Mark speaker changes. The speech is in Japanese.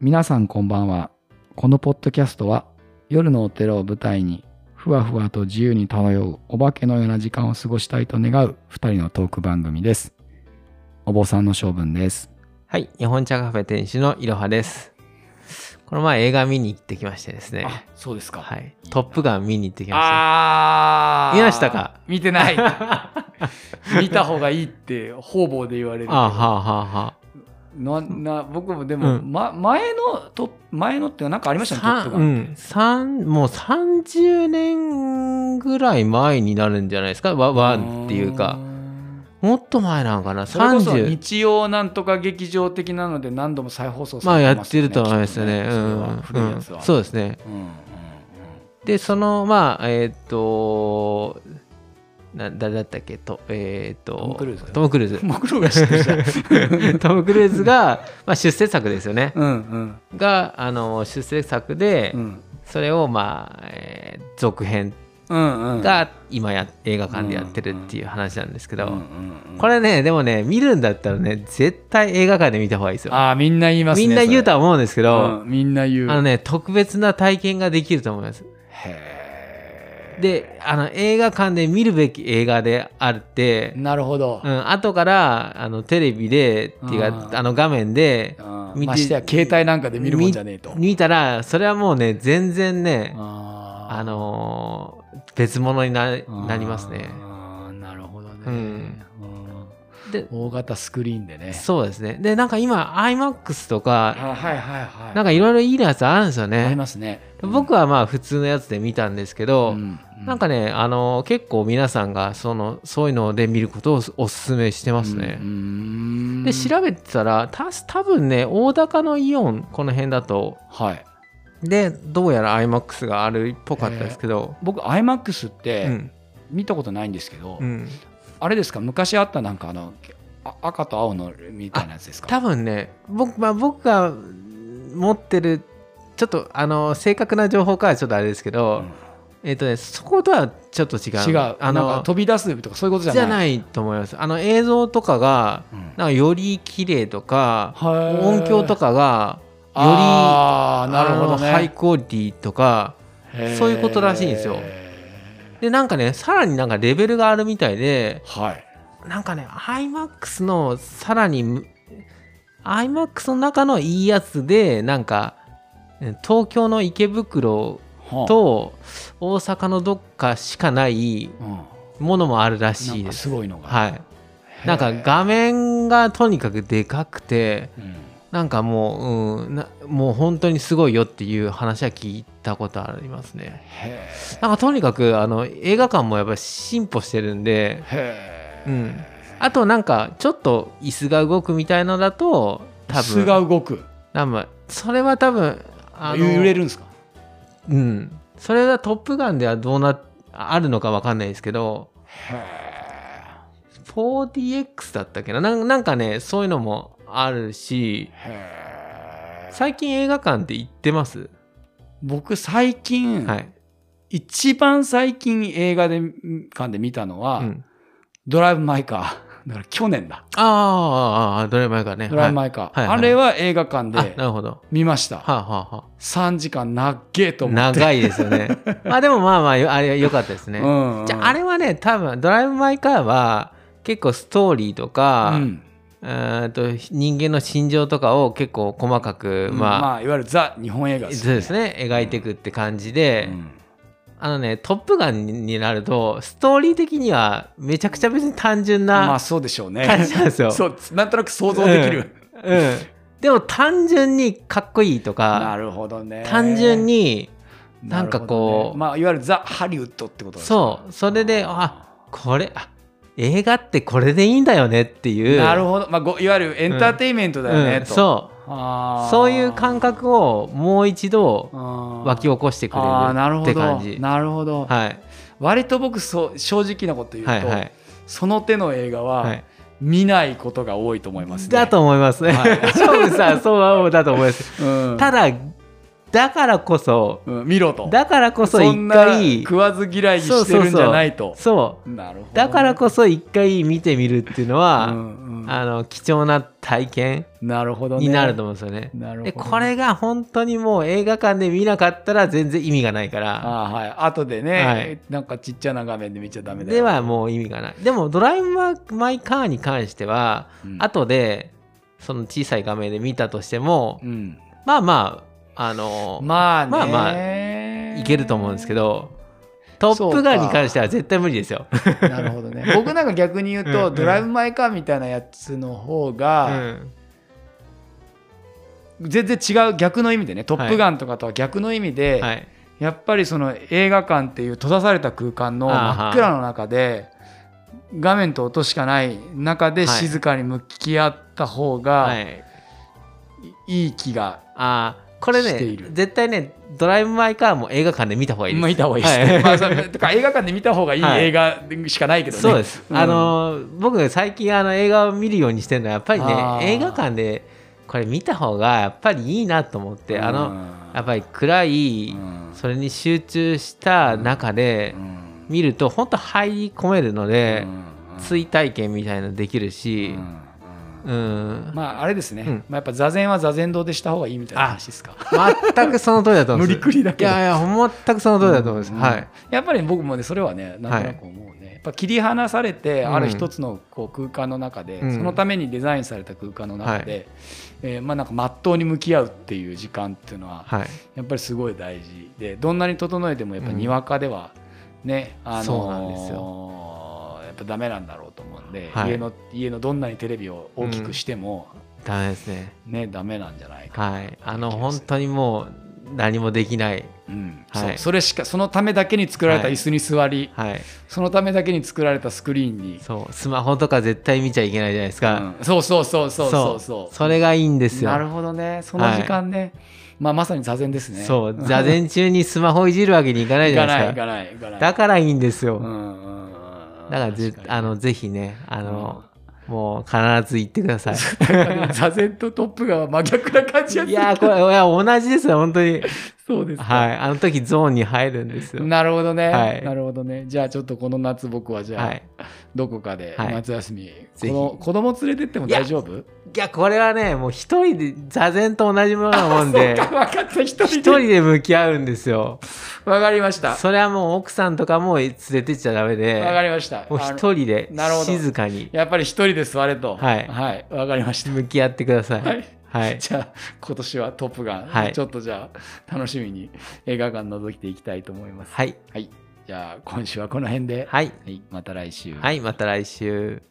Speaker 1: 皆さんこんばんは。このポッドキャストは夜のお寺を舞台にふわふわと自由に漂うお化けのような時間を過ごしたいと願う2人のトーク番組です。お坊さんの性分です。
Speaker 2: はい、日本茶カフェ店主のいろはです。この前映画見に行ってきましてですね。、
Speaker 1: そうですか
Speaker 2: はい、トップガン見に行ってきま
Speaker 3: あー
Speaker 2: 見ました か
Speaker 3: 見てな
Speaker 2: し
Speaker 3: い
Speaker 2: た。あ
Speaker 3: 見た方がいいって方々で言われるけど
Speaker 2: はあはあは
Speaker 3: なな僕もでも、
Speaker 2: うん
Speaker 3: ま、前のと前のってなんかあ
Speaker 2: あ。
Speaker 3: りましたね「トップ
Speaker 2: さん
Speaker 3: ガン」
Speaker 2: うん、三もう30年ぐらい前になるんじゃないですか。ワワンっていうか。もっと前なんかな。
Speaker 3: それこそ
Speaker 2: 30。
Speaker 3: 日曜なんとか劇場的なので何度も再放送さ
Speaker 2: まあ
Speaker 3: れ
Speaker 2: や
Speaker 3: て
Speaker 2: っ
Speaker 3: ます
Speaker 2: て
Speaker 3: よね
Speaker 2: ると思いますよね。
Speaker 3: きっ
Speaker 2: う
Speaker 3: とそれ
Speaker 2: ん
Speaker 3: は古いやつ
Speaker 2: う
Speaker 3: は
Speaker 2: ん。そうですね。
Speaker 3: うんうんうん
Speaker 2: で、その、まあ、えーっと、な誰だったっけと、えーっと、
Speaker 3: トムクルーズ
Speaker 2: トム・クルーズ。
Speaker 3: 僕らが知ってた
Speaker 2: トム・クルーズが、まあ、出世作ですよね。
Speaker 3: うんうん
Speaker 2: があの出世作で、
Speaker 3: うん
Speaker 2: それを、まあえー続編
Speaker 3: うんうん
Speaker 2: が今や映画館でやってるっていう話なんですけど、
Speaker 3: うんうんうん
Speaker 2: これねでもね見るんだったらね絶対映画館で見た方がいいですよ。
Speaker 3: ああみんな言いますね
Speaker 2: みんな言うと
Speaker 3: そ
Speaker 2: は思うんですけ
Speaker 3: れ
Speaker 2: ど、
Speaker 3: うんみんな言う
Speaker 2: あのね特別な体験ができると思います。
Speaker 3: へー
Speaker 2: であの映画館で見るべき映画であって、
Speaker 3: なるほど
Speaker 2: う、ん、後からあのテレビでっていうか
Speaker 3: あー
Speaker 2: あの画面で
Speaker 3: うん
Speaker 2: 見て
Speaker 3: ましてや携帯なんかで見るもんじゃねえと
Speaker 2: 見たらそれはもうね全然ね
Speaker 3: あ
Speaker 2: あのー別物にな
Speaker 3: ー
Speaker 2: なりますね
Speaker 3: あーなるほどね、
Speaker 2: うん
Speaker 3: うん
Speaker 2: で
Speaker 3: 大型スクリーンでね
Speaker 2: そうですねでなんか今 iMAX とか
Speaker 3: あはいはいはい
Speaker 2: なんかいろいろいいやつあるんですよ
Speaker 3: あり
Speaker 2: ね
Speaker 3: ますね
Speaker 2: 僕はまあ普通のやつで見たんですけど、なんか
Speaker 3: ね
Speaker 2: ね、あのー結構皆さんがそのそういうので見ることをおすすめしてますね、で調べてたらたす多分ね大高のイオンこの辺だと
Speaker 3: はい
Speaker 2: でどうやら iMAX があるっぽかったですけど、
Speaker 3: 僕 iMAX って
Speaker 2: うん
Speaker 3: 見たことないんですけど、
Speaker 2: うん
Speaker 3: あれですか昔あったなんかあのあ赤と青のみたいなやつですか
Speaker 2: 多分ね僕,、まあ、僕が持ってるちょっとあの正確な情報からちょっとあれですけど、えっ、とねそことはちょっと違う
Speaker 3: 違うな
Speaker 2: あ
Speaker 3: んか
Speaker 2: の
Speaker 3: 飛び出すとかそういうことじゃない
Speaker 2: じゃないと思いますあの映像とかが
Speaker 3: うん
Speaker 2: なんかより綺麗とか音響と
Speaker 3: か
Speaker 2: かがより
Speaker 3: あーなるほど
Speaker 2: あのハイ
Speaker 3: ね
Speaker 2: クオリティとか
Speaker 3: へー
Speaker 2: そういうことらしいんですよでなんかねさらになんかレベルがあるみたいで
Speaker 3: はい
Speaker 2: なんかね iMAX のさらにむ iMAX の中のいいやつでなんかえ東京の池袋
Speaker 3: はあ
Speaker 2: と大阪のどっかしかない
Speaker 3: うんなん
Speaker 2: ものもあるら
Speaker 3: か
Speaker 2: しいです。
Speaker 3: すごいのが
Speaker 2: はい、
Speaker 3: へー
Speaker 2: なんか画面がとにかくでかくて
Speaker 3: うん
Speaker 2: なんかもう、うん、なもう本当にすごいよっていう話は聞いたことありますね。
Speaker 3: へ
Speaker 2: なんかとにかくあの映画館もやっぱり進歩してるんで
Speaker 3: ー、へ
Speaker 2: う
Speaker 3: ー
Speaker 2: ん、あとなんかちょっと椅子が動くみたいのだと多
Speaker 3: 椅子
Speaker 2: 分
Speaker 3: が動く
Speaker 2: なんかそれは多分あの
Speaker 3: 揺れるんですか
Speaker 2: うんそれは「トップガン」ではどうなあるのかわかんないですけど 4DX だったっけななんなんかねそういうのもあるし
Speaker 3: へー
Speaker 2: 最近映画館って行ってます、
Speaker 3: 僕最近、
Speaker 2: はい、
Speaker 3: 一番最近映画で館で見たのは、
Speaker 2: うん、
Speaker 3: ドライブ・マイ・カー だから去年だ
Speaker 2: あーあーあードライブ・マイカーね
Speaker 3: ドライブ・
Speaker 2: はい
Speaker 3: マイ・カー、
Speaker 2: はいはい
Speaker 3: あれは映画館
Speaker 2: あ
Speaker 3: で
Speaker 2: なるほど
Speaker 3: 見ました
Speaker 2: はあ、はあは
Speaker 3: 3時間なっげえと
Speaker 2: あ、
Speaker 3: 思って
Speaker 2: 長いです よねまあでもまあまあよあれは良かったですね、
Speaker 3: うんうん
Speaker 2: じゃああれはね多分ドライブ・マイ・カーは結構ストーリーとか、
Speaker 3: うん
Speaker 2: えーと人間の心情とかを結構細かく、
Speaker 3: まあ、
Speaker 2: まあ、
Speaker 3: いわゆるザ日本映画
Speaker 2: そうですね描いていくって感じで、
Speaker 3: うん
Speaker 2: あのね「トップガン」になるとストーリー的にはめちゃくちゃ別に単純
Speaker 3: まあ
Speaker 2: な
Speaker 3: そうでしょうね。
Speaker 2: 感じなんですよ。
Speaker 3: そうなんとなく想像できる。
Speaker 2: うんでも単純にかっこいいと
Speaker 3: な
Speaker 2: か
Speaker 3: るほどね。
Speaker 2: 単純に
Speaker 3: なるほどね
Speaker 2: なんかこう
Speaker 3: まあいわゆるザ・ハリウッドってことですね
Speaker 2: そうそれであこれあ映画ってこれでいいんだよねっていう
Speaker 3: なるほど、まあ、ごいわゆるエンターテインメントだよね、
Speaker 2: うん
Speaker 3: と
Speaker 2: そう
Speaker 3: あー
Speaker 2: そういう感覚をもう一度
Speaker 3: 湧
Speaker 2: 湧き起こしてくれる
Speaker 3: あーなる
Speaker 2: っ
Speaker 3: ほ
Speaker 2: て
Speaker 3: ど
Speaker 2: 感じ。
Speaker 3: なるほど、
Speaker 2: はい
Speaker 3: 割と僕そう正直なこと言うと、
Speaker 2: はいはい
Speaker 3: その手の映画
Speaker 2: は。
Speaker 3: はい見ないことが多いと思いますね。
Speaker 2: だと思いますね。
Speaker 3: はい
Speaker 2: 勝負さんそうは思うだと思います。
Speaker 3: うん、
Speaker 2: ただだからこそ
Speaker 3: うん、見ろと
Speaker 2: だからこそ
Speaker 3: そん
Speaker 2: 一
Speaker 3: な
Speaker 2: 回
Speaker 3: 食わず嫌いにしてるんじゃないと
Speaker 2: そう
Speaker 3: なるほど
Speaker 2: だからこそ一回見てみるっていうの
Speaker 3: そ
Speaker 2: は、
Speaker 3: うんうん
Speaker 2: あの貴重な体験
Speaker 3: なるほどね
Speaker 2: になると思うんですよね。
Speaker 3: なるほど
Speaker 2: でこれが本当にもう映画館で見なかったら全然意味がないから
Speaker 3: あーはい後でね、
Speaker 2: はい
Speaker 3: なんかちっちゃな画面で見ちゃダメだよ
Speaker 2: ではもう意味がないでも「ドライブ・マイ・カー」に関しては
Speaker 3: うん
Speaker 2: 後でその小さい画面で見たとしても
Speaker 3: うん
Speaker 2: まあまああの、
Speaker 3: まあね
Speaker 2: まあまいけると思うんですけど「トップガン」に関しては絶対無理ですよ。
Speaker 3: なるほどね僕なんか逆に言う
Speaker 2: うん
Speaker 3: と
Speaker 2: うん
Speaker 3: ドライブ・マイ・カーみたいなやつの方
Speaker 2: う
Speaker 3: が、
Speaker 2: ん
Speaker 3: 全然違う逆の意味でね「トップガン」とかとは逆の意味で、
Speaker 2: はい、
Speaker 3: やっぱりその映画館っていう閉ざされた空間の
Speaker 2: あーはー
Speaker 3: 真っ暗の中で画面と音しかない中で
Speaker 2: はい
Speaker 3: 静かに向き合った方
Speaker 2: は
Speaker 3: が
Speaker 2: い、
Speaker 3: いい気が、
Speaker 2: あーこれ
Speaker 3: してい
Speaker 2: ね
Speaker 3: る
Speaker 2: 絶対ね「ドライブ・マイ・カー」も映画館で見た方がいいです。
Speaker 3: 見た方がいいですね。
Speaker 2: は い
Speaker 3: まあそれとか映画館で見た方がいい
Speaker 2: はい
Speaker 3: 映画しかないけどね。
Speaker 2: そうです、
Speaker 3: うん
Speaker 2: あの僕最近あの映画を見るようにしてるのはやっぱり
Speaker 3: あー
Speaker 2: ね映画館でこれ見た方がやっぱりいいなと思って、あのやっぱり暗い、
Speaker 3: うん
Speaker 2: それに集中した中で
Speaker 3: うん
Speaker 2: 見ると本当入り込めるので、
Speaker 3: うん
Speaker 2: 追体験みたいなのできるし
Speaker 3: うん
Speaker 2: うん、
Speaker 3: まああれですね、
Speaker 2: うん
Speaker 3: まあ、やっぱ座禅は座禅堂でした方がいいみたいな話ですか。
Speaker 2: 全くその通りだと思
Speaker 3: 無
Speaker 2: うんで
Speaker 3: 理
Speaker 2: す
Speaker 3: くりだ
Speaker 2: い
Speaker 3: けど。
Speaker 2: やいや全くその通りだと思うんです、
Speaker 3: うん
Speaker 2: はい
Speaker 3: やっぱり僕もねそれはねなんとなく思うね、やっぱ切り離されて
Speaker 2: うん
Speaker 3: ある一つのこう空間の中で、
Speaker 2: うん
Speaker 3: そのためにデザインされた空間の中で、えーまあなんか真っ当に向き合うっていう時間っていうのは
Speaker 2: はい
Speaker 3: やっぱりすごい大事でどんなに整えてもやっぱにわかではね、あのー
Speaker 2: そうなんですよ
Speaker 3: やっぱダメなんだろうと思うんで、
Speaker 2: はい
Speaker 3: 家の家のどんなにテレビを大きくしても、
Speaker 2: ダメですね
Speaker 3: ねダメなんじゃないか、
Speaker 2: はいあの本当にもう何もできない
Speaker 3: うん
Speaker 2: はい
Speaker 3: そうそれしかそのためだけに作られた椅子に座り、
Speaker 2: はい
Speaker 3: そのためだけに作られたスクリーンに
Speaker 2: そうスマホとか絶対見ちゃいけないじゃないですか、
Speaker 3: うんそうそうそうそうそうそう
Speaker 2: それがいいんですよ
Speaker 3: なるほどねその時間ね、まあまさに座禅ですね
Speaker 2: そう座禅中にスマホいじるわけにいかない
Speaker 3: 行
Speaker 2: じゃ
Speaker 3: か
Speaker 2: な
Speaker 3: ない
Speaker 2: いです
Speaker 3: 行かない行か
Speaker 2: か
Speaker 3: ない
Speaker 2: だからいいんですよ、
Speaker 3: うんうんうんうん
Speaker 2: だからぜ
Speaker 3: 確か
Speaker 2: あ
Speaker 3: に
Speaker 2: のぜひねあの、もう必ず行ってください
Speaker 3: でも 座禅とトップが真逆な感じや
Speaker 2: いやーこれいや同じですよ本当に
Speaker 3: そうですか、
Speaker 2: はいあの時ゾーンに入るんですよ
Speaker 3: なるほどね、
Speaker 2: はい
Speaker 3: なるほどねじゃあちょっとこの夏僕はじゃあ、
Speaker 2: はい、
Speaker 3: どこかで
Speaker 2: はい
Speaker 3: 夏休み、
Speaker 2: ひ
Speaker 3: この子供連れてっても大丈夫
Speaker 2: いやこれはねもう一人で座禅と同じものなも んで
Speaker 3: 分かった一
Speaker 2: 一
Speaker 3: 人
Speaker 2: 人
Speaker 3: で
Speaker 2: で向き合うんですよ
Speaker 3: 分かりました
Speaker 2: それはもう奥さんとかも連れてっちゃダメで
Speaker 3: 分かりました
Speaker 2: もう
Speaker 3: あ
Speaker 2: 一
Speaker 3: の
Speaker 2: 人で
Speaker 3: なるほど
Speaker 2: 静かに
Speaker 3: やっぱり一人で座れと
Speaker 2: はい
Speaker 3: はい、分かりました
Speaker 2: 向き合ってください。
Speaker 3: はい
Speaker 2: はい。
Speaker 3: じゃあ今年は「トップガン」
Speaker 2: はい
Speaker 3: ちょっとじゃあ楽しみに映画館覗いていきたいと思います。
Speaker 2: はい。
Speaker 3: はい、じゃあ今週はこの辺で、
Speaker 2: はい。
Speaker 3: はいまた来週。
Speaker 2: はい。また来週。